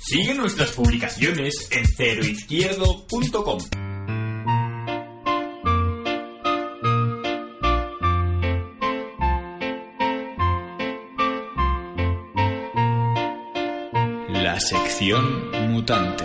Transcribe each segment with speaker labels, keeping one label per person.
Speaker 1: Sigue nuestras publicaciones en ceroizquierdo.com.
Speaker 2: La sección mutante.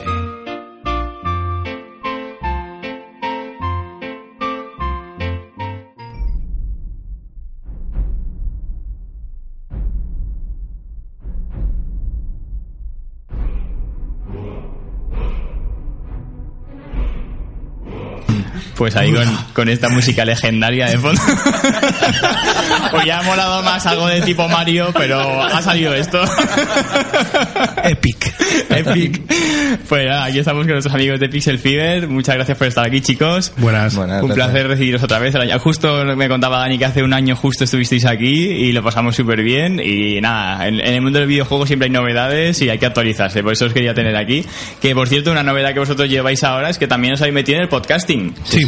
Speaker 2: Pues ahí con, con esta música legendaria de fondo. pues ya ha molado más algo de tipo Mario, pero ha salido esto.
Speaker 3: Epic.
Speaker 2: Epic. Pues nada, aquí estamos con nuestros amigos de Pixel Fever. Muchas gracias por estar aquí, chicos.
Speaker 3: Buenas.
Speaker 2: un placer recibiros otra vez. El año- Justo me contaba Dani que hace un año justo estuvisteis aquí y lo pasamos súper bien. Y nada, en, en el mundo del videojuego siempre hay novedades y hay que actualizarse. Por eso os quería tener aquí. Que por cierto, una novedad que vosotros lleváis ahora es que también os habéis metido en el podcasting.
Speaker 3: Sí.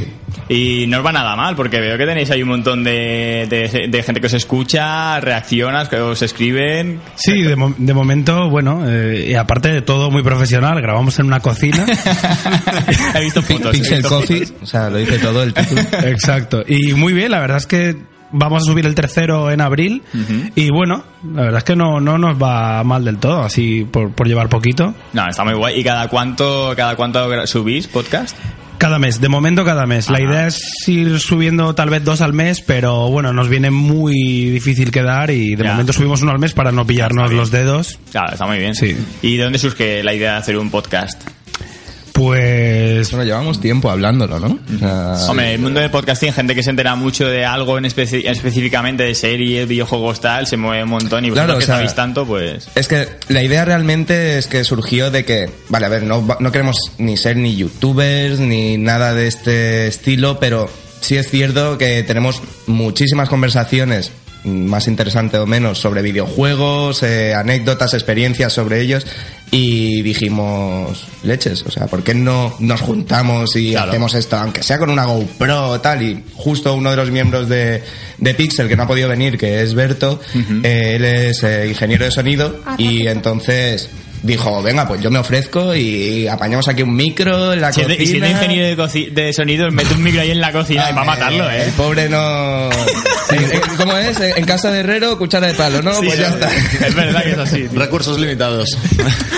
Speaker 2: Y no os va nada mal, porque veo que tenéis ahí un montón de, de- de gente que os escucha, reacciona, que os escriben.
Speaker 3: Sí, de, mo- de momento, bueno, eh, y aparte de todo muy profesional, grabamos en una cocina.
Speaker 2: he visto fotos. he
Speaker 4: Pixel
Speaker 2: visto
Speaker 4: Coffee,
Speaker 2: fotos.
Speaker 4: o sea, lo dice todo el título.
Speaker 3: Exacto. Y muy bien, la verdad es que vamos a subir el tercero en abril. Y bueno, la verdad es que no, no nos va mal del todo, así por, por llevar poquito.
Speaker 2: No, está muy guay. ¿Y cada cuánto, cada cuánto gra- subís podcast?
Speaker 3: Cada mes, de momento cada mes. La
Speaker 2: Ajá.
Speaker 3: idea es ir subiendo tal vez dos al mes, pero bueno, nos viene muy difícil quedar y de
Speaker 2: Ya.
Speaker 3: momento subimos uno al mes para no pillarnos los dedos.
Speaker 2: Claro, está muy bien.
Speaker 3: Sí.
Speaker 2: ¿Y de dónde surge la idea de hacer un podcast?
Speaker 3: Pues
Speaker 4: Eso lo llevamos tiempo hablándolo, ¿no? O sea,
Speaker 2: Hombre, el mundo del podcasting, gente que se entera mucho de algo en especi- específicamente de series, videojuegos, tal, se mueve un montón y vosotros
Speaker 4: Claro, o
Speaker 2: que
Speaker 4: sea-
Speaker 2: sabéis tanto, pues...
Speaker 4: Es que la idea realmente es que surgió de que, vale, a ver, no, va- no queremos ni ser ni youtubers ni nada de este estilo, pero sí es cierto que tenemos muchísimas conversaciones, mm, más interesante o menos, sobre videojuegos, eh, anécdotas, experiencias sobre ellos, y dijimos, leches, o sea, ¿por qué no nos juntamos y
Speaker 2: Claro.
Speaker 4: hacemos esto, aunque sea con una GoPro o tal? Y justo uno de los miembros de, de Pixel que no ha podido venir, que es Berto, eh, él es eh, ingeniero de sonido y entonces dijo, venga, pues yo me ofrezco y apañamos aquí un micro en la
Speaker 2: Si es de-
Speaker 4: cocina.
Speaker 2: y si es de ingeniero de, coci- de sonido, mete un micro ahí en la cocina y va a matarlo,
Speaker 4: El
Speaker 2: ¿eh?
Speaker 4: pobre no... En- en- ¿Cómo es? Eh, En casa de herrero, cuchara de palo, ¿no?
Speaker 2: Sí,
Speaker 4: pues ya está.
Speaker 2: Es verdad que es así.
Speaker 5: Recursos limitados.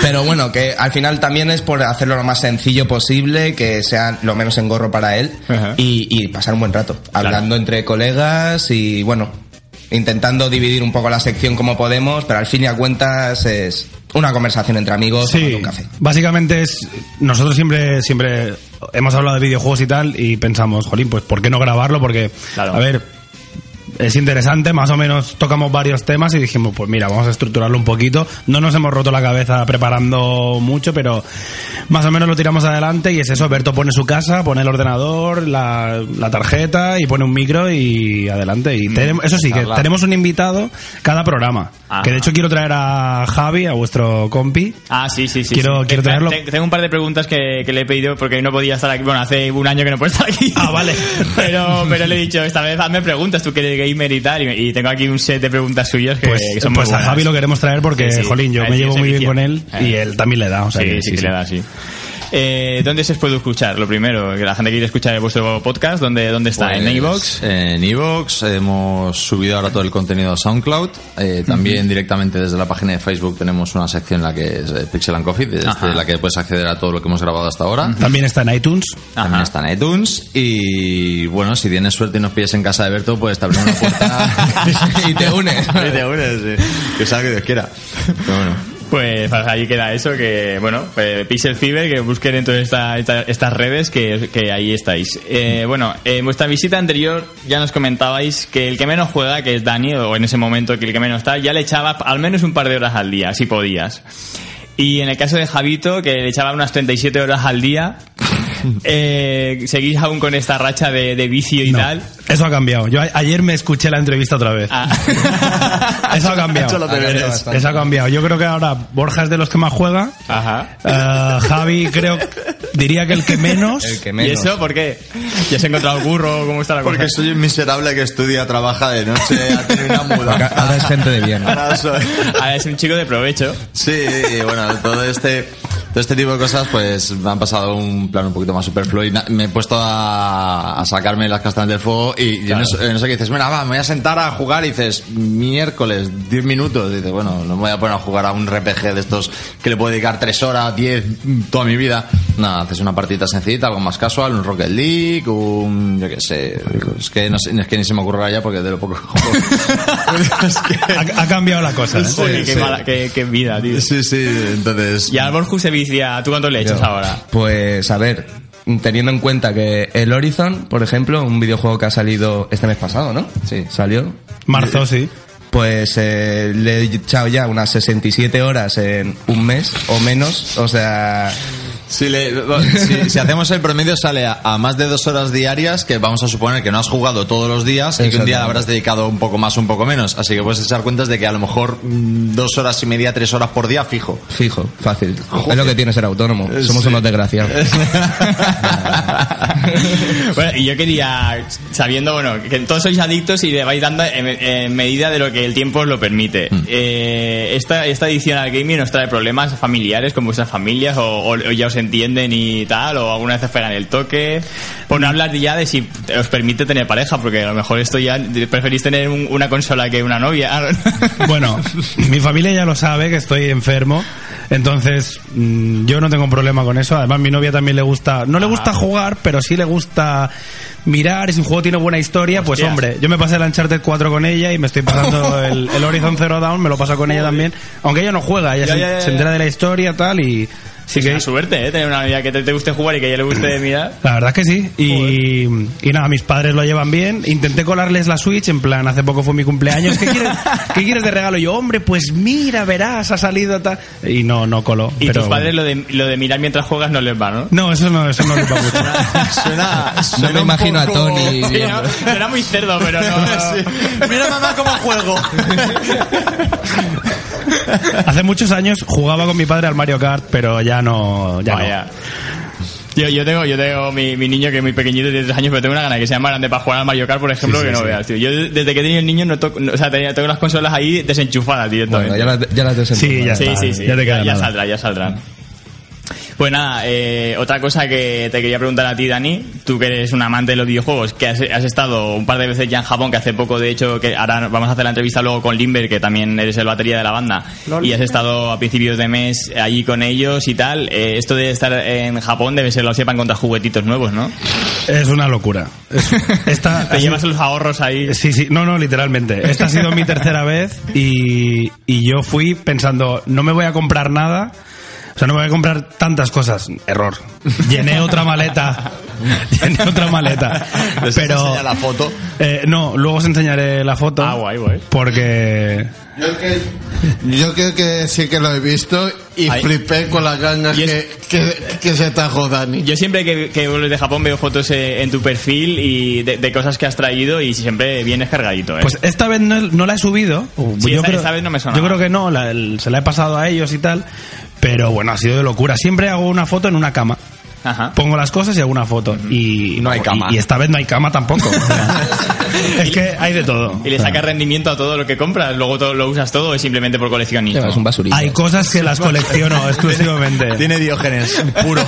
Speaker 4: Pero bueno, que al final también es por hacerlo lo más sencillo posible, que sea lo menos engorro para él
Speaker 2: Ajá.
Speaker 4: y, y pasar un buen rato, hablando entre colegas y bueno, intentando dividir un poco la sección como podemos, pero al fin y a cuentas es una conversación entre amigos tomando un café.
Speaker 3: Básicamente es. Nosotros siempre, siempre hemos hablado de videojuegos y tal, y pensamos, jolín, pues ¿por qué no grabarlo? Porque,
Speaker 2: Claro.
Speaker 3: a ver, es interesante, más o menos tocamos varios temas y dijimos, pues mira, vamos a estructurarlo un poquito. No nos hemos roto la cabeza preparando mucho, pero más o menos lo tiramos adelante y es eso, Berto pone su casa, pone el ordenador, la, la tarjeta y pone un micro y adelante.
Speaker 4: Mm,
Speaker 3: Y tenemos, eso sí, que tenemos un invitado cada programa.
Speaker 2: Ajá.
Speaker 3: Que de hecho quiero traer a Javi, a vuestro compi.
Speaker 2: Ah, sí, sí, sí.
Speaker 3: Quiero-
Speaker 2: sí.
Speaker 3: quiero
Speaker 2: Eh,
Speaker 3: tenerlo.
Speaker 2: te- Tengo un par de preguntas que, que le he pedido porque no podía estar aquí. Bueno, hace un año que no puedo estar aquí.
Speaker 3: Ah, vale.
Speaker 2: pero, pero le he dicho, esta vez hazme preguntas, tú que eres gamer y tal. Y, y tengo aquí un set de preguntas suyas que,
Speaker 3: Pues,
Speaker 2: que son muy
Speaker 3: pues a
Speaker 2: buenas.
Speaker 3: Javi lo queremos traer porque,
Speaker 2: Sí, sí.
Speaker 3: jolín, yo
Speaker 2: A él
Speaker 3: me
Speaker 2: sí
Speaker 3: llevo
Speaker 2: se
Speaker 3: muy bien
Speaker 2: vicia.
Speaker 3: con él y
Speaker 2: Eh.
Speaker 3: él también le da. O sea
Speaker 2: sí,
Speaker 3: que
Speaker 2: sí,
Speaker 3: sí,
Speaker 2: que
Speaker 3: sí.
Speaker 2: le da, sí. Eh, ¿Dónde se puede escuchar? Lo primero, que la gente quiere escuchar vuestro podcast, ¿dónde, dónde está? ¿En
Speaker 5: Pues,
Speaker 2: iVoox?
Speaker 5: En iVoox hemos subido ahora todo el contenido a SoundCloud. Eh, también directamente desde la página de Facebook tenemos una sección en la que es eh, Pixel and Coffee, desde
Speaker 2: Ajá.
Speaker 5: la que puedes acceder a todo lo que hemos grabado hasta ahora.
Speaker 3: También está en iTunes.
Speaker 5: También está en iTunes y bueno, si tienes suerte y nos pillas en casa de Berto, pues te abrimos una puerta
Speaker 4: y te unes.
Speaker 5: y te unes. sí. Que sea que Dios quiera. Pero bueno.
Speaker 2: Pues, pues ahí queda eso, que bueno, eh, Pixel Fever, que busquen en todas esta- esta- estas redes, que, que ahí estáis. Eh, bueno, en vuestra visita anterior ya nos comentabais que el que menos juega, que es Dani, o en ese momento que el que menos está, ya le echabas al menos un par de horas al día, si podías. Y en el caso de Javito, que le echaba unas 37 horas al día, eh, ¿seguís aún con esta racha de, de vicio y
Speaker 3: No,
Speaker 2: tal?
Speaker 3: Eso ha cambiado. Yo a- ayer me escuché la entrevista otra vez.
Speaker 2: Ah.
Speaker 3: Eso ha cambiado.
Speaker 5: Hecho los
Speaker 3: Ha cambiado
Speaker 5: deberes.
Speaker 3: bastante. Eso ha cambiado. Yo creo que ahora Borja es de los que más juega.
Speaker 2: Ajá.
Speaker 3: Eh, Javi creo diría que el que menos.
Speaker 4: El que
Speaker 2: ¿Y
Speaker 4: menos.
Speaker 2: eso por qué? ¿Ya has encontrado burro? ¿Cómo está la cosa?
Speaker 5: Porque soy un miserable que estudia, trabaja de noche, ha tenido una
Speaker 4: Porque
Speaker 5: mudanza.
Speaker 4: ahora es gente de bien.
Speaker 5: Ahora soy-
Speaker 2: Ahora es un chico de provecho.
Speaker 5: Sí, y bueno, todo este, todo este tipo de cosas pues me han pasado a un plan un poquito más superfluo y na- me he puesto a, a sacarme las castañas del fuego y, y en, eso, en eso que dices, mira, va, me voy a sentar a jugar y dices, miércoles, 10 minutos, y dices, bueno, no me voy a poner a jugar a un RPG de estos que le puedo dedicar 3 horas, 10, mm, toda mi vida. Nada, haces una partida sencillita, algo más casual, un Rocket League, un, yo qué sé, es que, no sé, es que ni se me ocurre ya porque de lo poco que juego. Es que-
Speaker 3: Ha, ha cambiado la cosa. ¿eh?
Speaker 5: Sí,
Speaker 2: Joder, qué,
Speaker 5: sí.
Speaker 2: mala- qué- qué vida, tío.
Speaker 5: Sí, sí, entonces...
Speaker 2: Y al Borju se vicia. ¿Tú cuánto le echas ahora?
Speaker 4: Pues a ver, teniendo en cuenta que el Horizon, por ejemplo, un videojuego que ha salido este mes pasado, ¿no? Sí, salió.
Speaker 3: Marzo sí.
Speaker 4: Pues eh, le he echado ya unas 67 horas en un mes o menos. O sea,
Speaker 5: Si, le- si- si hacemos el promedio sale a, a más de dos horas diarias, que vamos a suponer que no has jugado todos los días y que un día
Speaker 4: Exactamente.
Speaker 5: habrás dedicado un poco más, un poco menos. Así que puedes echar cuentas de que a lo mejor mm, dos horas y media, tres horas por día fijo.
Speaker 4: fijo, fácil. Es lo que tiene ser autónomo.
Speaker 5: Eh,
Speaker 4: Somos
Speaker 5: sí.
Speaker 4: unos desgraciados.
Speaker 2: bueno, y yo quería, sabiendo, bueno, que todos sois adictos y le vais dando en, en medida de lo que el tiempo os lo permite.
Speaker 5: Mm.
Speaker 2: Eh, esta, esta edición al gaming nos trae problemas familiares con vuestras familias o, o- o ya os entienden y tal, o alguna vez os pegan el toque. Por no hablar ya de si os permite tener pareja, porque a lo mejor esto ya preferís tener un- una consola que una novia.
Speaker 3: Bueno, mi familia ya lo sabe que estoy enfermo, entonces mm, yo no tengo un problema con eso. Además, mi novia también le gusta, no le
Speaker 2: Ah.
Speaker 3: gusta jugar, pero sí le gusta mirar. Y si un juego tiene buena historia, pues
Speaker 2: Hostias.
Speaker 3: hombre, yo me pasé el Uncharted 4 con ella y me estoy pasando el, el Horizon Zero Dawn, me lo paso con ella también. Aunque ella no juega, ella
Speaker 2: Ya,
Speaker 3: se,
Speaker 2: ya, ya,
Speaker 3: se
Speaker 2: ya.
Speaker 3: entera de la historia tal y sí
Speaker 2: Es
Speaker 3: que
Speaker 2: una suerte, ¿eh? Tener una novia que te, te guste jugar y que a ella le guste mirar.
Speaker 3: la verdad es que sí. Y, y nada, mis padres lo llevan bien. Intenté colarles la Switch, en plan, hace poco fue mi cumpleaños. ¿Qué quieres, ¿qué quieres de regalo? Y yo, hombre, pues mira, verás, ha salido tal. Y no, no coló.
Speaker 2: Y
Speaker 3: pero
Speaker 2: tus padres lo de, lo de mirar mientras juegas no les va, ¿no?
Speaker 3: No, eso no, eso no les va mucho.
Speaker 5: Suena,
Speaker 4: No me imagino a Tony.
Speaker 2: Sí, no, no era muy cerdo, pero no.
Speaker 5: Mira mamá cómo juego.
Speaker 3: Hace muchos años jugaba con mi padre al Mario Kart, pero ya no. Ya no.
Speaker 2: Vaya. Yo, yo tengo, yo tengo mi, mi niño que es muy pequeñito, tiene 3 años, pero tengo una gana que se llama grande para jugar al Mario Kart, por ejemplo, que no veas, tío. Yo desde que tenía el niño no toco, no- o sea, tenía, tengo las consolas ahí desenchufadas directamente.
Speaker 4: Bueno, ya las, ya las desenfundamos.
Speaker 3: Sí, ya
Speaker 2: sí,
Speaker 3: está,
Speaker 2: sí, sí.
Speaker 3: ya te queda nada.
Speaker 2: saldrá, ya saldrá. Pues nada, eh, otra cosa que te quería preguntar a ti, Dani, tú que eres un amante de los videojuegos, que has, has estado un par de veces ya en Japón, que hace poco, de hecho, que ahora vamos a hacer la entrevista luego con Limber, que también eres el batería de la banda, y has estado a principios de mes allí con ellos y tal. Eh, esto de estar en Japón debe ser la sepan contra juguetitos nuevos, ¿no?
Speaker 3: Es una locura. Es- Esta,
Speaker 2: Te llevas los ahorros ahí.
Speaker 3: Eh, Sí, sí, no, no, literalmente. Esta ha sido mi tercera vez y, y yo fui pensando, no me voy a comprar nada. O sea, no me voy a comprar tantas cosas. Error. Llené otra maleta. Llené otra maleta.
Speaker 5: Les has
Speaker 3: Pero.
Speaker 5: enseñado la foto.
Speaker 3: Eh, no, luego os enseñaré la foto.
Speaker 2: Ah, guay, guay.
Speaker 3: Porque.
Speaker 6: Yo, que- yo creo que sí que lo he visto y
Speaker 2: Ay.
Speaker 6: flipé con las ganas
Speaker 2: Y es-
Speaker 6: que, que, que se trajo Dani.
Speaker 2: Yo siempre que, que vuelves de Japón veo fotos eh, en tu perfil y de, de cosas que has traído y siempre vienes cargadito, ¿eh?
Speaker 3: Pues esta vez no, no la he subido.
Speaker 2: Sí, esta- esta vez no me sonaba.
Speaker 3: Uh, Yo creo que no, la- el- se la he pasado a ellos y tal. Pero bueno, ha sido de locura. Siempre hago una foto en una cama.
Speaker 2: Ajá.
Speaker 3: pongo las cosas y hago una foto. Y
Speaker 5: No hay cama.
Speaker 3: Y, y esta vez no hay cama tampoco. O sea, es que hay de todo.
Speaker 2: Y le sacas rendimiento a todo lo que compras, luego todo, lo usas todo, es simplemente por coleccionismo.
Speaker 4: Llevas un basurito.
Speaker 3: Hay cosas que las colecciono exclusivamente.
Speaker 5: Tiene diógenes, puro.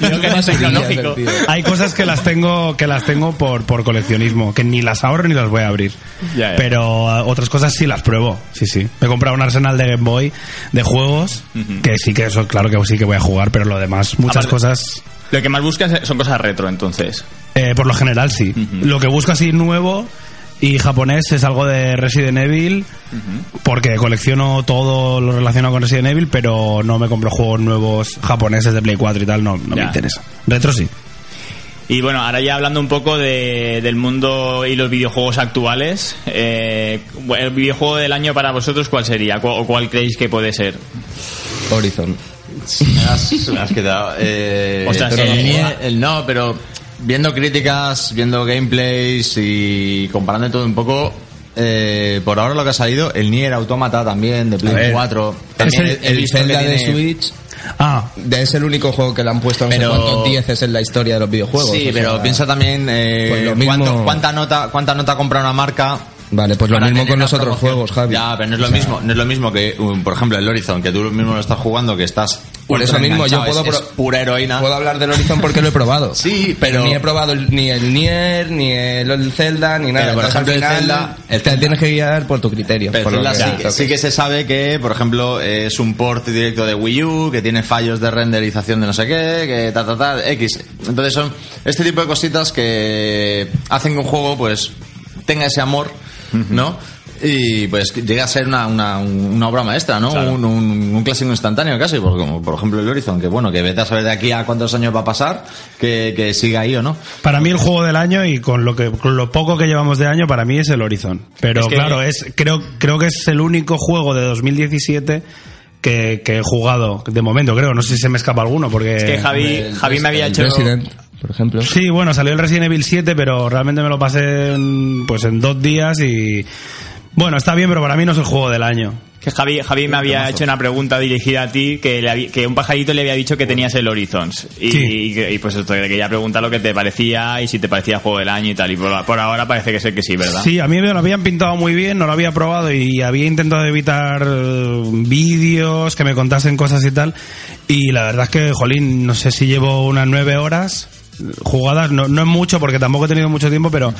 Speaker 2: Creo que es tecnológico.
Speaker 3: Hay cosas que las tengo que las tengo por, por coleccionismo, que ni las ahorro ni las voy a abrir.
Speaker 2: Ya, ya.
Speaker 3: Pero ah, otras cosas sí las pruebo. Sí, sí. Me he comprado un arsenal de Game Boy de juegos que sí que eso claro que sí que voy a jugar, pero lo demás muchas
Speaker 2: Aparte-
Speaker 3: cosas
Speaker 2: Lo que más buscas son cosas retro, entonces.
Speaker 3: Eh, por lo general sí. Lo que busco así nuevo y japonés es algo de Resident Evil, porque colecciono todo lo relacionado con Resident Evil, pero no me compro juegos nuevos japoneses de Play 4 y tal, no, no me
Speaker 2: Ya.
Speaker 3: interesa. Retro sí.
Speaker 2: Y bueno, ahora ya hablando un poco de- del mundo y los videojuegos actuales, eh, ¿el videojuego del año para vosotros cuál sería? ¿Cu- ¿O cuál creéis que puede ser?
Speaker 4: Horizon.
Speaker 5: Me has, me has quedado. eh,
Speaker 2: Ostras,
Speaker 5: pero
Speaker 2: el-
Speaker 5: ni- el- no, pero viendo críticas, viendo gameplays y comparando todo un poco. eh, por ahora lo que ha salido, el Nier Automata también, de Play
Speaker 4: A ver,
Speaker 5: 4.
Speaker 4: También
Speaker 5: También
Speaker 4: el,
Speaker 5: he
Speaker 4: el
Speaker 5: visto que
Speaker 4: Zelda de
Speaker 5: tiene-
Speaker 4: Switch
Speaker 3: Ah,
Speaker 4: es el único juego que le han puesto no
Speaker 5: Pero-
Speaker 4: sé cuántos dieces en la historia de los videojuegos.
Speaker 5: Sí,
Speaker 4: o
Speaker 5: pero
Speaker 4: sea,
Speaker 5: piensa también eh,
Speaker 4: Pues lo mismo-
Speaker 5: cuánto- cuánta nota cuánta nota compra una marca.
Speaker 4: Vale, pues lo
Speaker 5: para
Speaker 4: mismo
Speaker 5: tener
Speaker 4: con
Speaker 5: la
Speaker 4: los otros
Speaker 5: promoción.
Speaker 4: juegos, Javi.
Speaker 5: Ya, pero no es lo
Speaker 4: O sea,
Speaker 5: mismo, no es lo mismo que um, por ejemplo el Horizon, que tú mismo lo estás jugando, que estás
Speaker 4: Por eso
Speaker 5: ultra
Speaker 4: mismo yo
Speaker 5: enganchado,
Speaker 4: puedo
Speaker 5: es, es
Speaker 4: pro-
Speaker 5: pura heroína.
Speaker 4: Puedo hablar del Horizon porque lo he probado.
Speaker 5: Sí, pero
Speaker 4: Ni he probado el- ni el Nier, ni el, el Zelda, ni nada.
Speaker 5: Pero, por
Speaker 4: Entonces,
Speaker 5: ejemplo,
Speaker 4: al
Speaker 5: el
Speaker 4: final,
Speaker 5: Zelda- el
Speaker 4: te
Speaker 5: Zelda.
Speaker 4: tienes que guiar por tu criterio.
Speaker 5: pero
Speaker 4: por lo
Speaker 5: Zelda
Speaker 4: que
Speaker 5: sí,
Speaker 4: te
Speaker 5: que- sí
Speaker 4: toque.
Speaker 5: que se sabe que, por ejemplo, es un port directo de Wii U, que tiene fallos de renderización de no sé qué, que ta ta ta, X. Entonces son este tipo de cositas que hacen que un juego pues tenga ese amor, ¿no? Y pues que llegue a ser una, una, una obra maestra, ¿no? Un, un- un clásico instantáneo casi, por- como por ejemplo el Horizon, que bueno, que vete a saber de aquí a cuántos años va a pasar, que, que siga ahí o no.
Speaker 3: Para mí el juego del año y con lo que con lo poco que llevamos de año para mí es el Horizon. Pero
Speaker 2: Es que-
Speaker 3: claro, es creo creo que es el único juego de 2017 que, que he jugado de momento, creo, no sé si se me escapa alguno porque
Speaker 2: Es que Javi,
Speaker 4: El-
Speaker 2: Javi me había
Speaker 4: el
Speaker 2: hecho...
Speaker 4: Resident, por ejemplo.
Speaker 3: Sí, bueno, salió el Resident Evil 7, pero realmente me lo pasé en, pues en dos días y bueno, está bien, pero para mí no es el juego del año.
Speaker 2: Que Javi, Javi me había hecho una pregunta dirigida a ti, que, le habí- que un pajarito le había dicho que tenías el Horizons. Y,
Speaker 3: Sí.
Speaker 2: y que- y pues esto, que le quería preguntar lo que te parecía y si te parecía juego del año y tal. Y por, por ahora parece que sé que sí, ¿verdad?
Speaker 3: Sí, a mí me lo habían pintado muy bien, no lo había probado y había intentado evitar eh, vídeos que me contasen cosas y tal. Y la verdad es que, jolín, no sé si llevo unas nueve horas jugadas, no, no es mucho porque tampoco he tenido mucho tiempo, pero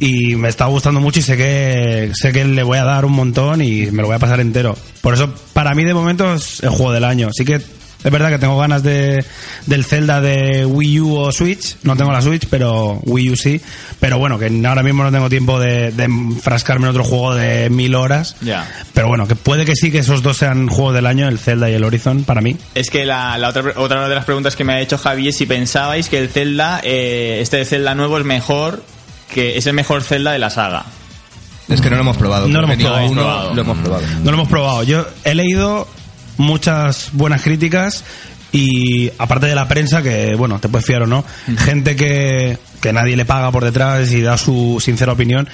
Speaker 3: y me está gustando mucho y sé que sé que le voy a dar un montón y me lo voy a pasar entero. Por eso, para mí de momento es el juego del año. Sí que es verdad que tengo ganas de, del Zelda de Wii U o Switch. No tengo la Switch, pero Wii U sí. Pero bueno, que ahora mismo no tengo tiempo de, de enfrascarme en otro juego de mil horas.
Speaker 2: Ya.
Speaker 3: Pero bueno, que puede que sí que esos dos sean juegos del año, el Zelda y el Horizon, para mí.
Speaker 2: Es que la, la otra, otra de las preguntas que me ha hecho Javi es si pensabais que el Zelda, eh, este Zelda nuevo es mejor, que es el mejor Zelda de la saga.
Speaker 4: Es que no lo hemos probado.
Speaker 3: No lo
Speaker 4: porque
Speaker 3: hemos probado,
Speaker 4: ninguno
Speaker 2: probado.
Speaker 4: Lo hemos probado.
Speaker 3: No lo hemos probado. Yo he leído muchas buenas críticas y aparte de la prensa, que bueno, te puedes fiar o no, gente que, que nadie le paga por detrás y da su sincera opinión.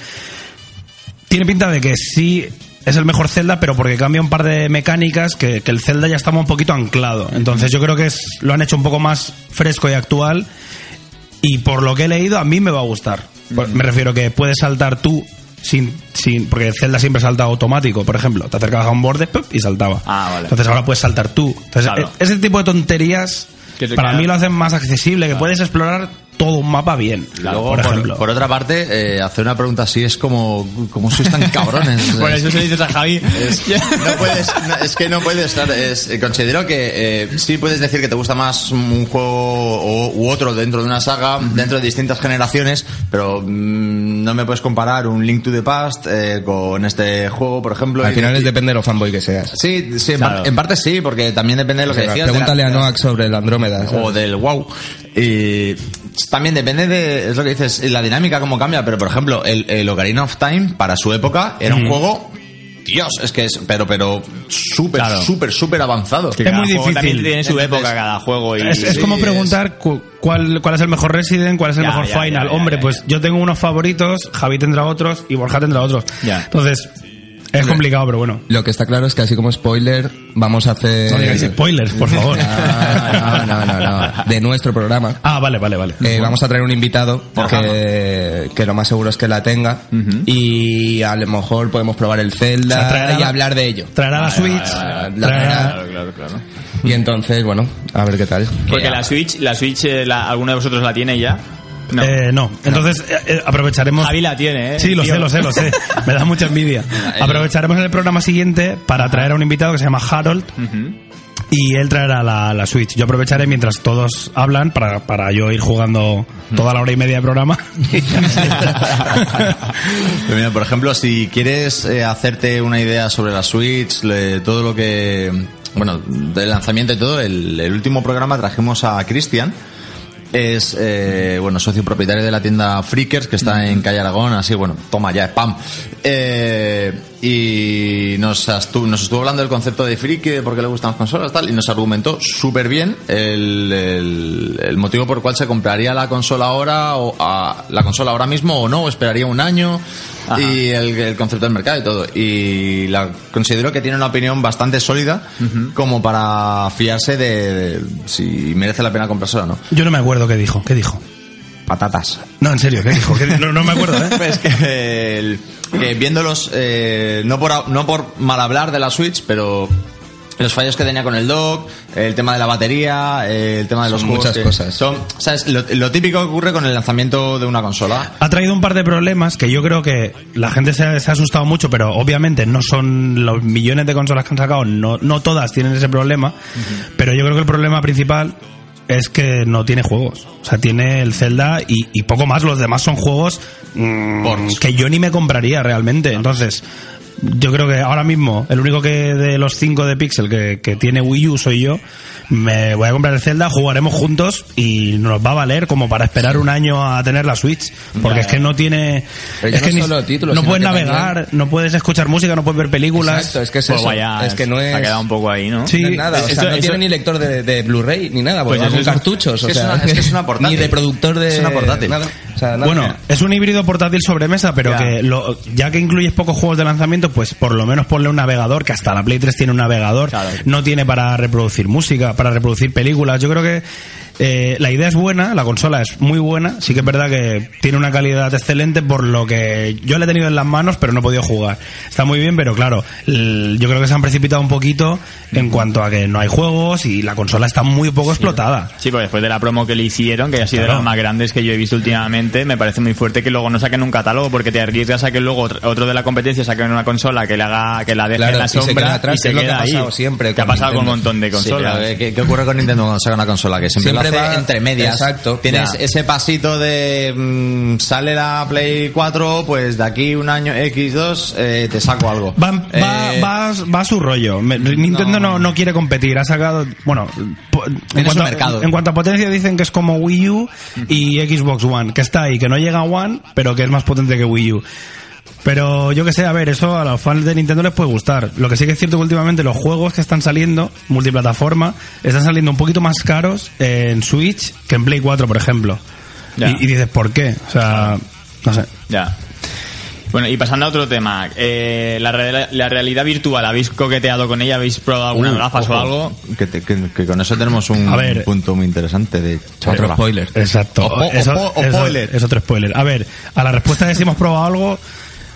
Speaker 3: Tiene pinta de que sí es el mejor Zelda, pero porque cambia un par de mecánicas que, que el Zelda ya estaba un poquito anclado. Entonces yo creo que es, lo han hecho un poco más fresco y actual y por lo que he leído a mí me va a gustar. Por- Me refiero que puedes saltar tú sin, sin porque el Zelda siempre salta automático, por ejemplo, te acercabas a un borde ¡pup! y saltaba.
Speaker 2: Ah, vale.
Speaker 3: Entonces ahora puedes saltar tú. Entonces
Speaker 2: Claro.
Speaker 3: e- ese tipo de tonterías
Speaker 2: Que te
Speaker 3: para
Speaker 2: quedan-
Speaker 3: mí lo hacen más accesible, que puedes explorar todo un mapa bien.
Speaker 5: Luego,
Speaker 3: por
Speaker 5: por,
Speaker 3: ejemplo.
Speaker 5: por otra parte, eh, hacer una pregunta así es como, como sois tan cabrones.
Speaker 2: Por eso se lo dices a Javi.
Speaker 5: Es, no puedes, no, es que no puedes estar. es- eh, considero que eh, sí puedes decir que te gusta más un juego o- u otro dentro de una saga, dentro de distintas generaciones, pero mm, no me puedes comparar un Link to the Past eh, con este juego, por ejemplo.
Speaker 4: Al
Speaker 5: y-
Speaker 4: final es depende de lo fanboy que seas.
Speaker 5: Sí, sí, en,
Speaker 2: Claro.
Speaker 5: par- en parte sí, porque también depende de lo
Speaker 4: O
Speaker 5: que
Speaker 4: sea,
Speaker 5: decías. de la-
Speaker 4: pregúntale a Noack sobre el Andrómeda. ¿sabes?
Speaker 5: o del wow. Y también depende de, es lo que dices, la dinámica cómo cambia, pero por ejemplo, el, el Ocarina of Time para su época era un juego, Dios, es que es, pero, pero súper,
Speaker 2: Claro.
Speaker 5: súper, súper avanzado.
Speaker 3: Es muy
Speaker 2: Cada juego También
Speaker 3: difícil.
Speaker 2: tiene su
Speaker 5: Entonces,
Speaker 2: época cada juego. Y,
Speaker 3: Es, es
Speaker 5: Sí,
Speaker 3: como
Speaker 5: es-
Speaker 3: preguntar cu- cuál, cuál es el mejor Resident, cuál es el
Speaker 2: Ya,
Speaker 3: mejor
Speaker 2: ya, ya,
Speaker 3: Final.
Speaker 2: ya,
Speaker 3: Hombre,
Speaker 2: ya,
Speaker 3: pues
Speaker 2: ya.
Speaker 3: yo tengo unos favoritos, Javi tendrá otros y Borja tendrá otros.
Speaker 2: Ya.
Speaker 3: Entonces, es complicado, pero bueno.
Speaker 4: Lo que está claro es que así como spoiler, vamos a hacer...
Speaker 3: No digáis spoilers, por favor.
Speaker 4: Ah, no, no, no, no. De nuestro programa.
Speaker 3: Ah, vale, vale, vale.
Speaker 4: Eh, vamos a traer un invitado que, que lo más seguro es que la tenga y a lo mejor podemos probar el
Speaker 3: O sea,
Speaker 4: Zelda
Speaker 3: traerá
Speaker 4: y
Speaker 3: la-
Speaker 4: hablar de ello.
Speaker 3: Traerá la Switch.
Speaker 4: vale, vale.
Speaker 3: traerá-
Speaker 4: Claro,
Speaker 2: claro, claro.
Speaker 4: Y entonces, bueno, a ver qué tal.
Speaker 2: Porque la Switch, la Switch eh, la- ¿alguno de vosotros la tiene ya? No.
Speaker 3: Eh, no. Entonces eh, eh, aprovecharemos.
Speaker 2: Javi la tiene, ¿eh?
Speaker 3: Sí, lo
Speaker 2: tío.
Speaker 3: sé, lo sé, lo sé. Me da mucha envidia. Aprovecharemos en el programa siguiente para traer a un invitado que se llama Harold
Speaker 2: Ujú.
Speaker 3: y él traerá la, la Switch. Yo aprovecharé mientras todos hablan para, para yo ir jugando toda la hora y media de programa.
Speaker 5: Pero mira, por ejemplo, si quieres eh, hacerte una idea sobre la Switch, le- todo lo que. Bueno, del lanzamiento y todo, el, el último programa trajimos a Cristian. es eh, bueno socio propietario de la tienda Freakers que está en calle Aragón así bueno toma ya spam Eh, y nos, astu- nos estuvo hablando del concepto de friki de por qué le gustan las consolas tal y nos argumentó súper bien el, el- el motivo por el cual se compraría la consola ahora o a- la consola ahora mismo o no o esperaría un año y el, el concepto del mercado y todo y la considero que tiene una opinión bastante sólida como para fiarse de, de si merece la pena comprársela o no
Speaker 3: Yo no me acuerdo qué dijo. ¿Qué dijo?
Speaker 5: patatas
Speaker 3: No, en serio, ¿qué dijo? ¿Qué di- No, no me acuerdo, ¿eh?
Speaker 5: Pues que, el- que viéndolos, eh, no, por, no por mal hablar de la Switch, pero los fallos que tenía con el dock, el tema de la batería, eh, el tema de los
Speaker 4: Son
Speaker 5: juegos
Speaker 4: muchas
Speaker 5: que-
Speaker 4: cosas.
Speaker 5: Son, ¿sabes? Lo, lo típico que ocurre con el lanzamiento de una consola.
Speaker 3: Ha traído un par de problemas que yo creo que la gente se ha, se ha asustado mucho, pero obviamente no son los millones de consolas que han sacado, no, no todas tienen ese problema, pero yo creo que el problema principal es que no tiene juegos. O sea, tiene el Zelda y, y poco más, los demás son juegos mm,
Speaker 5: Ports.
Speaker 3: que yo ni me compraría realmente. Entonces, yo creo que ahora mismo el único que de los cinco de Pixel que, que tiene Wii U soy yo. Me voy a comprar el Zelda, jugaremos juntos y nos va a valer como para esperar un año a tener la Switch. Porque es que no tiene.
Speaker 4: Pero ya
Speaker 3: es que
Speaker 4: no solo títulos,
Speaker 3: no
Speaker 4: sino
Speaker 3: puedes
Speaker 4: que
Speaker 3: navegar, no puedes escuchar música, no puedes ver películas.
Speaker 4: Exacto, es que es
Speaker 2: Pues
Speaker 4: eso.
Speaker 2: vaya,
Speaker 4: es que no es,
Speaker 2: Ha quedado un poco ahí, ¿no?
Speaker 3: Sí.
Speaker 4: no es nada. O sea,
Speaker 2: Eso-
Speaker 4: no
Speaker 2: eso-
Speaker 4: tiene ni lector de, de Blu-ray ni nada, porque
Speaker 2: Pues
Speaker 4: va
Speaker 2: eso
Speaker 4: con
Speaker 2: es-
Speaker 4: cartuchos.
Speaker 5: es que
Speaker 4: o
Speaker 5: es
Speaker 4: sea,
Speaker 5: una- es que es una portátil.
Speaker 4: Ni reproductor de.
Speaker 5: Es una portátil.
Speaker 4: nada. O sea, nada.
Speaker 3: Bueno, es un híbrido portátil sobremesa, pero
Speaker 2: Ya.
Speaker 3: que lo- ya que incluyes pocos juegos de lanzamiento, pues por lo menos ponle un navegador, que hasta la Play 3 tiene un navegador,
Speaker 2: Claro.
Speaker 3: no tiene para reproducir música, para reproducir películas. Yo creo que eh, la idea es buena, la consola es muy buena, sí que es verdad que tiene una calidad excelente, por lo que yo la he tenido en las manos, pero no he podido jugar. Está muy bien, pero claro, l- yo creo que se han precipitado un poquito en cuanto a que no hay juegos y la consola está muy poco explotada.
Speaker 2: Sí, pues después de la promo que le hicieron, que ha sido de
Speaker 3: Claro.
Speaker 2: las más grandes que yo he visto últimamente, me parece muy fuerte que luego no saquen un catálogo porque te arriesgas a que luego otro- otro de la competencia saquen una consola que le haga que la deje
Speaker 4: Claro,
Speaker 2: en la
Speaker 4: y se
Speaker 2: sombra
Speaker 4: queda atrás,
Speaker 2: y se
Speaker 4: que es lo que
Speaker 2: queda
Speaker 4: ha
Speaker 2: ahí.
Speaker 4: pasado siempre
Speaker 2: que ha
Speaker 4: con
Speaker 2: pasado con un
Speaker 4: Nintendo.
Speaker 2: montón de
Speaker 5: Sí, pero,
Speaker 2: consolas.
Speaker 5: eh, ¿qué, qué ocurre con Nintendo cuando saca una consola? Que siempre,
Speaker 4: Siempre
Speaker 5: lo hace
Speaker 4: va-
Speaker 5: entre medias.
Speaker 4: Exacto.
Speaker 5: Tienes
Speaker 4: Ya.
Speaker 5: ese pasito de mm, sale la Play 4, pues de aquí un año X2 eh, te saco algo.
Speaker 3: Va, va,
Speaker 5: Eh,
Speaker 3: va, va a su rollo. Me- Nintendo no. no quiere competir. Ha sacado. Bueno, po- en
Speaker 5: su
Speaker 3: cuanto,
Speaker 5: mercado.
Speaker 3: a, en cuanto a potencia, dicen que es como Wii U y Xbox One, que está ahí, que no llega a One, pero que es más potente que Wii U. Pero yo que sé, a ver, eso a los fans de Nintendo les puede gustar. Lo que sí que es cierto que últimamente los juegos que están saliendo, multiplataforma, están saliendo un poquito más caros en Switch que en Play 4, por ejemplo.
Speaker 2: Ya.
Speaker 3: Y, y dices, ¿por qué? O sea, no sé.
Speaker 2: Ya. Bueno, y pasando a otro tema, eh, la, re- la realidad virtual, ¿habéis coqueteado con ella? ¿Habéis probado algunas
Speaker 5: Uh,
Speaker 2: gafas o
Speaker 5: ojo,
Speaker 2: algo?
Speaker 5: Que, te- que- que con eso tenemos un
Speaker 3: A ver.
Speaker 5: punto muy interesante de
Speaker 4: Otro
Speaker 5: charla.
Speaker 4: spoiler.
Speaker 3: Exacto.
Speaker 5: O po- o
Speaker 3: Eso-
Speaker 5: po- o
Speaker 3: eso-
Speaker 5: spoiler.
Speaker 3: Es otro spoiler. A ver, a la respuesta de si hemos probado algo,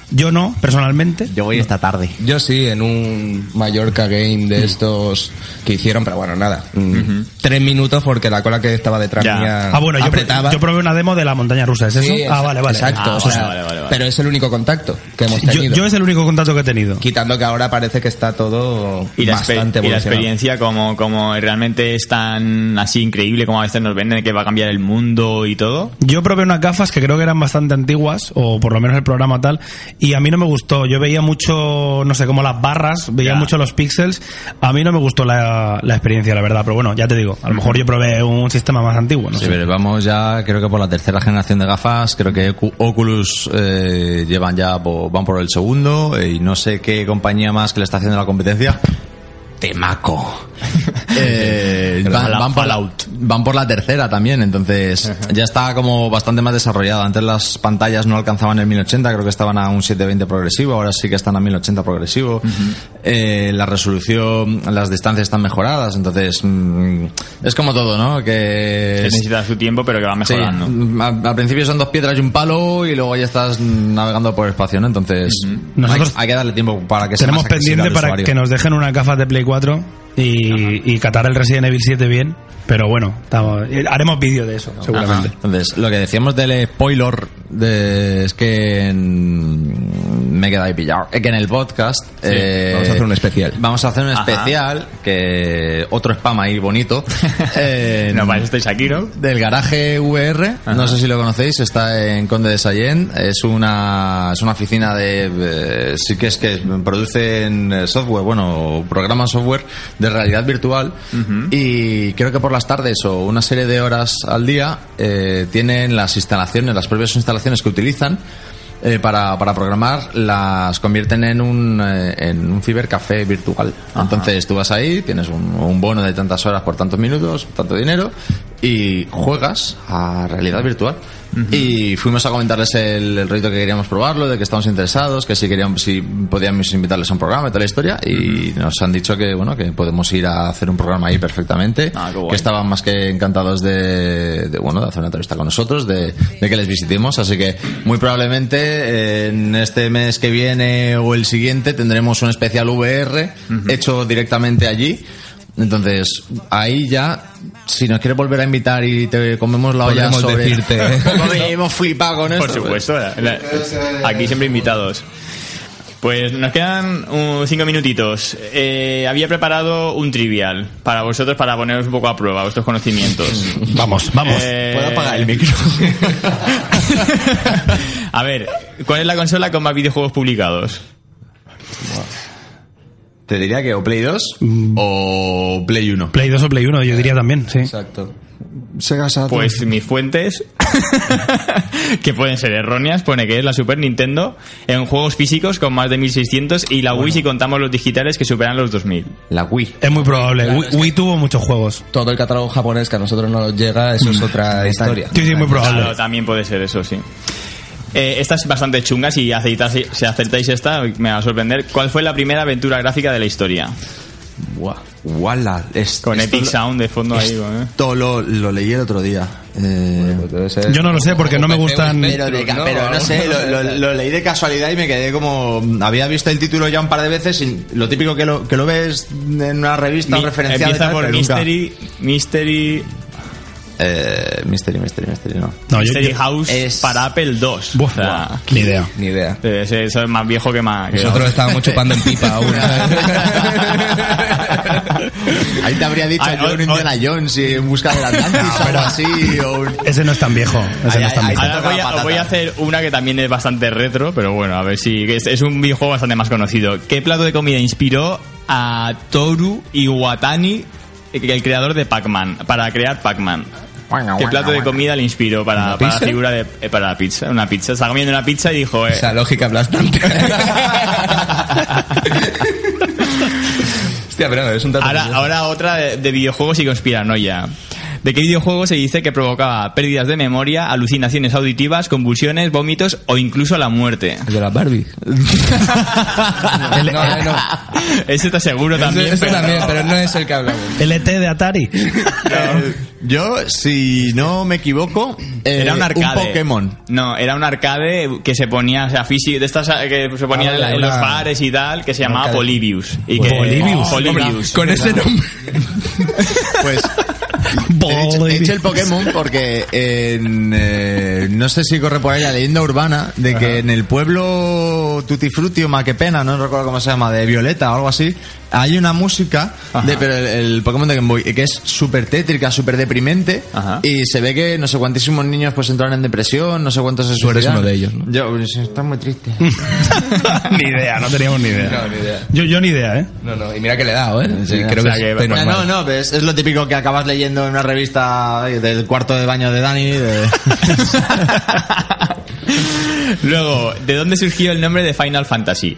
Speaker 3: yo no, personalmente.
Speaker 5: Yo voy esta tarde.
Speaker 4: Yo sí, en un Mallorca game
Speaker 2: Mm.
Speaker 4: de estos que hicieron, pero bueno, nada. Mm, Tres minutos porque la cola que estaba detrás
Speaker 2: Ya.
Speaker 4: mía
Speaker 3: Ah, bueno, yo,
Speaker 4: apretaba.
Speaker 3: yo probé una demo de la montaña rusa, ¿es eso?
Speaker 4: Sí,
Speaker 3: ah,
Speaker 4: exa-
Speaker 3: vale, vale.
Speaker 4: Exacto.
Speaker 2: Ah,
Speaker 4: o sea,
Speaker 2: vale, vale, vale.
Speaker 4: Pero es el único contacto que hemos
Speaker 3: Yo,
Speaker 4: tenido.
Speaker 3: yo es el único contacto que he tenido.
Speaker 4: Quitando que ahora parece que está todo
Speaker 2: Y la, exper-
Speaker 4: bastante
Speaker 2: y la
Speaker 4: evolucionado.
Speaker 2: experiencia como, como realmente es tan así increíble como a veces nos venden que va a cambiar el mundo y todo.
Speaker 3: Yo probé unas gafas que creo que eran bastante antiguas, o por lo menos el programa tal, y a mí no me gustó. Yo veía mucho, no sé, como las barras, veía
Speaker 2: Ya.
Speaker 3: mucho los píxeles. A mí no me gustó la, la experiencia, la verdad, pero bueno, ya te digo, a lo mejor yo probé un sistema más antiguo, no
Speaker 5: Sí,
Speaker 3: sé.
Speaker 5: pero vamos ya, creo que por la tercera generación de gafas, creo que Ocu- Oculus eh, llevan ya, po- van por el segundo eh, y no sé qué compañía más que le está haciendo la competencia. Temaco. Eh, van,
Speaker 2: Fallout.
Speaker 5: van por la, van por la tercera también, entonces ya está como bastante más desarrollada. Antes las pantallas no alcanzaban el 1080, creo que estaban a un 720 progresivo, ahora sí que están a 1080 progresivo. Eh, la resolución, las distancias están mejoradas, entonces mm, es como todo, ¿no? Que
Speaker 2: Que necesita su tiempo, pero que va
Speaker 5: Sí,
Speaker 2: mejorando.
Speaker 5: mm, a- al principio son dos piedras y un palo y luego ya estás mm, navegando por el espacio, ¿no? Entonces
Speaker 3: Nosotros
Speaker 5: hay, hay que darle tiempo para que sea
Speaker 3: Tenemos
Speaker 5: más accesible
Speaker 3: pendiente
Speaker 5: al
Speaker 3: para
Speaker 5: usuario.
Speaker 3: que nos dejen unas gafas de Play 4 y, y catar el Resident Evil 7 bien. Pero bueno, estamos- eh, haremos vídeo de eso, seguramente.
Speaker 5: Entonces, lo que decíamos del spoiler de- es que mm, me he quedado ahí pillado. Es que en el podcast. eh,
Speaker 4: vamos a hacer un especial.
Speaker 5: Vamos a hacer un
Speaker 2: Ajá.
Speaker 5: especial, que otro spam ahí bonito. eh,
Speaker 2: No, para eso estáis aquí, ¿no?
Speaker 5: del garaje VR, no sé si lo conocéis, está en Conde de Sallén, es una es una oficina de eh, sí que es que producen eh, software, bueno, programas software de realidad virtual y creo que por las tardes o una serie de horas al día eh, tienen las instalaciones, las propias instalaciones que utilizan eh, para, para programar las convierten en un, eh, en un cibercafé virtual. Entonces tú vas ahí, tienes un, un bono de tantas horas por tantos minutos, tanto dinero, y juegas a realidad virtual. Y fuimos a comentarles el, el reto que queríamos probarlo, de que estamos interesados, que si queríamos, si podíamos invitarles a un programa y toda la historia, y nos han dicho que bueno, que podemos ir a hacer un programa ahí perfectamente,
Speaker 2: Ah, qué guay.
Speaker 5: que estaban más que encantados de, de, bueno de hacer una entrevista con nosotros, de, de que les visitemos. Así que muy probablemente eh, en este mes que viene o el siguiente tendremos un especial VR hecho directamente allí. Entonces, ahí ya, si nos quieres volver a invitar y te comemos la olla
Speaker 4: Podremos
Speaker 5: sobre...
Speaker 4: decirte.
Speaker 5: ¿Cómo hemos flipado con esto?
Speaker 2: Por supuesto, la- la- aquí siempre invitados. Pues nos quedan uh, cinco minutitos. Eh, había preparado un trivial para vosotros para poneros un poco a prueba vuestros conocimientos.
Speaker 3: Vamos, vamos.
Speaker 2: Eh,
Speaker 5: Puedo apagar el micro.
Speaker 2: a ver, ¿cuál es la consola con más videojuegos publicados?
Speaker 5: Te diría que o Play 2
Speaker 4: Mm.
Speaker 5: o Play 1.
Speaker 3: Play 2 o Play 1, yo diría también, sí.
Speaker 4: Exacto.
Speaker 6: Sega Saturn.
Speaker 2: Pues mis fuentes, que pueden ser erróneas, pone que es la Super Nintendo en juegos físicos con más de 1600 y la Wii si contamos los digitales que superan los 2000.
Speaker 5: La Wii.
Speaker 3: Es muy probable. Wii, Wii tuvo muchos juegos.
Speaker 4: Todo el catálogo japonés que a nosotros no nos llega, eso es
Speaker 2: Mm.
Speaker 4: otra historia.
Speaker 3: Sí, sí, muy probable.
Speaker 2: Claro, también puede ser eso, sí. Eh, esta es bastante chunga, si aceitas- si acertáis esta me va a sorprender. ¿Cuál fue la primera aventura gráfica de la historia?
Speaker 5: Wala. Es,
Speaker 2: Con
Speaker 5: esto
Speaker 2: Epic
Speaker 5: lo-
Speaker 2: Sound de fondo ahí. ¿eh?
Speaker 5: Esto lo, lo leí el otro día. Eh,
Speaker 4: Pues debe ser-
Speaker 3: Yo no lo sé porque no me gustan-
Speaker 4: Pero de-
Speaker 5: Pero, no sé, lo, lo- lo leí de casualidad y me quedé como. Había visto el título ya un par de veces y lo típico que lo, que lo ves en una revista
Speaker 2: Mi-
Speaker 5: referenciada. y
Speaker 2: empieza
Speaker 5: tal,
Speaker 2: por
Speaker 5: pero nunca-
Speaker 2: Mystery, Mystery,
Speaker 5: Ah, Eh, Mystery, Mystery, Mystery, no.
Speaker 3: No, yo,
Speaker 2: Mystery
Speaker 3: yo-
Speaker 2: House
Speaker 5: es-
Speaker 2: para Apple II. O sea,
Speaker 3: Buah, buah, ni idea.
Speaker 4: Ni idea.
Speaker 2: eh, ese- eso es más viejo que más. que
Speaker 4: Nosotros estábamos chupando en pipa aún.
Speaker 5: Ahí te habría dicho
Speaker 2: Ay,
Speaker 5: yo
Speaker 2: o-
Speaker 5: un Indiana Jones y en busca de la Atlantis o algo así. O un...
Speaker 3: Ese no es tan viejo. Ese
Speaker 5: Ay,
Speaker 3: no es tan
Speaker 5: ay,
Speaker 3: viejo.
Speaker 5: ay.
Speaker 2: Ahora
Speaker 5: toca
Speaker 2: voy
Speaker 5: la
Speaker 2: a,
Speaker 5: patata.
Speaker 2: voy a hacer una que también es bastante retro, pero bueno, a ver si es, es un videojuego bastante más conocido. ¿Qué plato de comida inspiró a Toru Iwatani, el el creador de Pac-Man, para crear Pac-Man? ¿Qué plato de comida le inspiró para,
Speaker 4: ¿Una
Speaker 2: para la
Speaker 4: pizza?
Speaker 2: figura de eh, para la pizza? Una pizza. Estaba comiendo una pizza y dijo, eh,
Speaker 4: Esa lógica aplastante. Hostia, pero no, es un dato
Speaker 2: ahora,
Speaker 4: curioso.
Speaker 2: ahora otra de, de videojuegos y conspiranoia. ¿De qué videojuego se dice que provocaba pérdidas de memoria, alucinaciones auditivas, convulsiones, vómitos o incluso la muerte?
Speaker 4: El de las Barbie. no, no, no.
Speaker 2: Ese está seguro también.
Speaker 4: Eso- eso
Speaker 2: pero-
Speaker 4: también, pero no es el que hablamos.
Speaker 3: LT de Atari.
Speaker 5: Eh, Yo, si no me equivoco, eh,
Speaker 2: Era un arcade.
Speaker 5: Pokémon.
Speaker 2: No, era un arcade que se ponía, o sea, físico, de estas eh, que se ponía
Speaker 4: Ah,
Speaker 2: en la- en,
Speaker 4: una-
Speaker 2: los bares y tal, que se llamaba
Speaker 4: arcade.
Speaker 2: Polybius. Y que, Oh,
Speaker 3: Polybius.
Speaker 2: Polybius.
Speaker 4: Con ese nombre.
Speaker 5: Pues he dicho, he dicho el Pokémon porque en, eh, no sé si corre por ahí la leyenda urbana de que en el pueblo Tutti Frutti o Maquepena, no recuerdo cómo se llama, de Violeta o algo así, hay una música de pero el, el Pokémon de Game Boy que es súper tétrica, súper deprimente
Speaker 2: Ajá.
Speaker 5: y se ve que no sé cuantísimos niños pues entraron en depresión, no sé cuántos se
Speaker 4: Tú eres
Speaker 5: suicidaron.
Speaker 4: uno de ellos, ¿no?
Speaker 5: Yo, pues, está muy triste.
Speaker 3: ni idea, no teníamos ni idea.
Speaker 4: No, ni idea.
Speaker 3: Yo, yo ni idea, ¿eh?
Speaker 4: No, no, y mira que le he dado, ¿eh? Sí, creo
Speaker 2: o sea
Speaker 4: que,
Speaker 2: que-
Speaker 4: es de
Speaker 5: Ya,
Speaker 4: normal.
Speaker 5: no, no, pero es, es lo típico que acabas leyendo en una revista ay, del cuarto de baño de Dani. de-
Speaker 2: Luego, ¿de dónde surgió el nombre de Final Fantasy?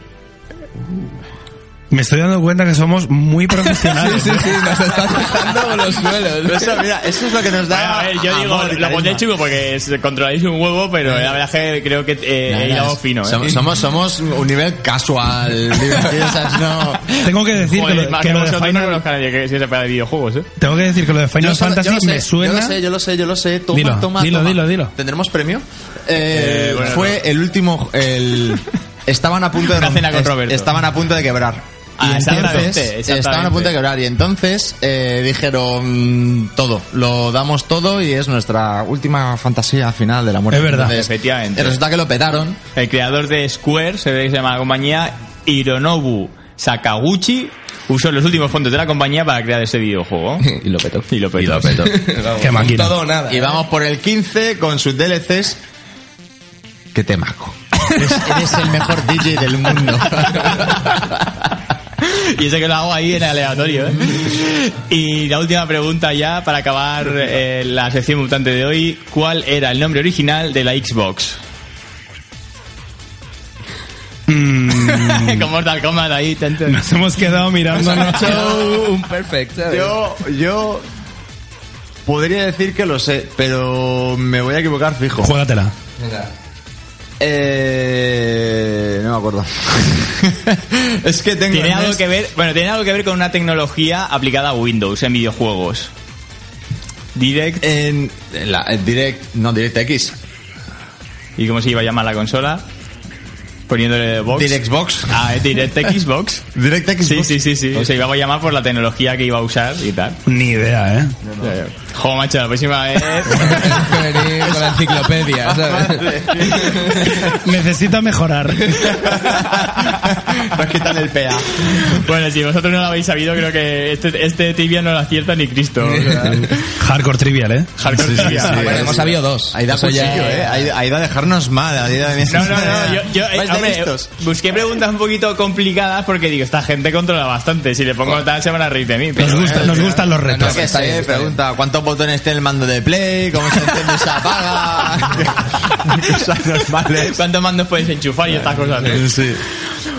Speaker 3: Me estoy dando cuenta que somos muy profesionales. ¿eh?
Speaker 4: Sí, sí, nos está asustando por los suelos.
Speaker 5: Pero eso, mira, eso es lo que nos
Speaker 2: Bueno,
Speaker 5: da.
Speaker 2: a ver, yo digo,
Speaker 5: Ah, amor
Speaker 2: lo
Speaker 5: y
Speaker 2: pondré
Speaker 5: carisma.
Speaker 2: chulo porque es- controláis un huevo, pero la verdad es que creo que eh,
Speaker 5: Nada,
Speaker 2: he hilado fino. ¿eh?
Speaker 5: Somos, somos, somos un nivel casual. divertido, o sea, es no.
Speaker 3: Tengo que decir
Speaker 2: Joder,
Speaker 3: que lo,
Speaker 2: más
Speaker 3: que
Speaker 2: que
Speaker 3: lo de
Speaker 2: vosotros no
Speaker 3: Final,
Speaker 2: conozco a nadie que se sepa de videojuegos, ¿eh?
Speaker 3: tengo que decir que lo de Final
Speaker 5: Yo solo-
Speaker 3: Fantasy
Speaker 5: yo lo sé,
Speaker 3: me suena.
Speaker 5: Yo lo sé, yo lo sé, yo lo sé. Toma,
Speaker 3: Dilo,
Speaker 5: toma,
Speaker 3: dilo,
Speaker 5: toma.
Speaker 3: dilo, dilo.
Speaker 5: ¿Tendremos premio? Eh,
Speaker 2: Eh, bueno,
Speaker 5: fue el último. El, estaban a punto de
Speaker 2: Una cena con
Speaker 5: es-
Speaker 2: Roberto.
Speaker 5: Estaban a punto de quebrar.
Speaker 2: Ah,
Speaker 5: y
Speaker 2: estaban a
Speaker 5: entonces
Speaker 2: punto, exactamente.
Speaker 5: estaban a punto de quebrar. Y entonces eh, dijeron todo, lo damos todo y es nuestra última fantasía final de la muerte.
Speaker 3: Es verdad.
Speaker 5: Entonces,
Speaker 2: Efectivamente.
Speaker 5: Resulta que lo petaron.
Speaker 2: El creador de Square, se ve que se llama la compañía, Hironobu Sakaguchi, usó los últimos fondos de la compañía para crear este videojuego.
Speaker 4: Y lo petó.
Speaker 2: Y lo petó.
Speaker 4: Vamos,
Speaker 3: Qué máquina.
Speaker 4: Todo o nada.
Speaker 5: Y vamos por el 15 con sus DLCs. ¡Qué temaco! Eres, eres el mejor DJ del mundo.
Speaker 2: y eso que lo hago ahí en aleatorio. ¿eh? Y la última pregunta ya para acabar eh, la sección mutante de hoy. ¿Cuál era el nombre original de la Xbox? Como tal Kombat ahí. tanto-
Speaker 3: Nos hemos quedado mirándonos.
Speaker 4: Un perfecto. ¿sabes?
Speaker 5: Yo, yo podría decir que lo sé, pero me voy a equivocar fijo.
Speaker 3: Juégatela.
Speaker 4: Venga.
Speaker 5: Eh, no me acuerdo. es que tengo.
Speaker 2: Tiene
Speaker 5: en
Speaker 2: algo
Speaker 5: mes-
Speaker 2: que ver, bueno, tiene algo que ver con una tecnología aplicada a Windows en videojuegos. Direct
Speaker 5: En, en la en direct, no DirectX,
Speaker 2: ¿Y cómo se iba a llamar la consola? Poniéndole box.
Speaker 5: DirectXbox,
Speaker 2: Ah, es Direct Xbox.
Speaker 5: DirectX.
Speaker 2: Sí, sí, sí, sí. Se iba a llamar por la tecnología que iba a usar y tal.
Speaker 3: Ni idea, ¿eh?
Speaker 2: Eh, Jo, macho, la próxima vez.
Speaker 4: Que venir con la enciclopedia, ¿sabes?
Speaker 3: Necesita mejorar.
Speaker 2: Nos quitan el PA. Bueno, si vosotros no lo habéis sabido, creo que este, este tibia no lo acierta ni Cristo. o sea,
Speaker 3: Hardcore trivial, ¿eh?
Speaker 2: hardcore tibia.
Speaker 4: Bueno, hemos sabido dos.
Speaker 5: Ahí da
Speaker 4: Eso
Speaker 5: cuchillo,
Speaker 4: ya-
Speaker 5: eh. Ahí, ahí da dejarnos mal. Ahí da...
Speaker 2: No, no, no. Yo, yo, eh,
Speaker 5: Vais de
Speaker 2: hombre,
Speaker 5: listos.
Speaker 2: busqué preguntas un poquito complicadas porque digo, esta gente controla bastante. Si le pongo tal, se van a reír de mí.
Speaker 3: Nos,
Speaker 2: Pero,
Speaker 3: gusta- nos gustan los
Speaker 5: Yo
Speaker 3: retos.
Speaker 5: qué
Speaker 4: Está
Speaker 5: sé,
Speaker 4: bien, está
Speaker 5: pregunta cuántos botones tiene el mando de Play, cómo se enciende y se apaga. Cosas normales.
Speaker 2: ¿Cuántos mandos puedes enchufar y estas cosas? ¿no?
Speaker 5: Sí.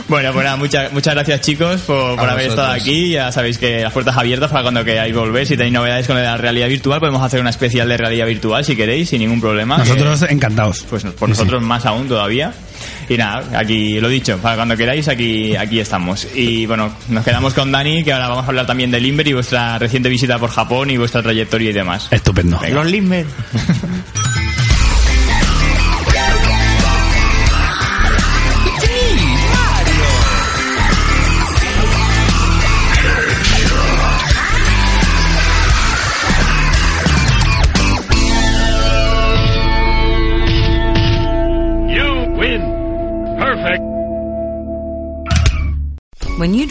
Speaker 2: Bueno, pues nada, muchas, muchas gracias chicos por, por haber
Speaker 4: vosotros.
Speaker 2: estado aquí. Ya sabéis que las puertas abiertas para cuando queráis volver. Si tenéis novedades con la realidad virtual, podemos hacer una especial de realidad virtual si queréis, sin ningún problema.
Speaker 3: Nosotros encantados.
Speaker 2: Que, pues por nosotros más aún todavía. Y nada, aquí lo dicho, para cuando queráis, aquí, aquí estamos. Y bueno, nos quedamos con Dani, que ahora vamos a hablar también del Limber y vuestra reciente visita por Japón y vuestra trayectoria y demás.
Speaker 3: Estupendo.
Speaker 2: Venga.
Speaker 5: Limber.
Speaker 7: You win. Perfect.
Speaker 8: When you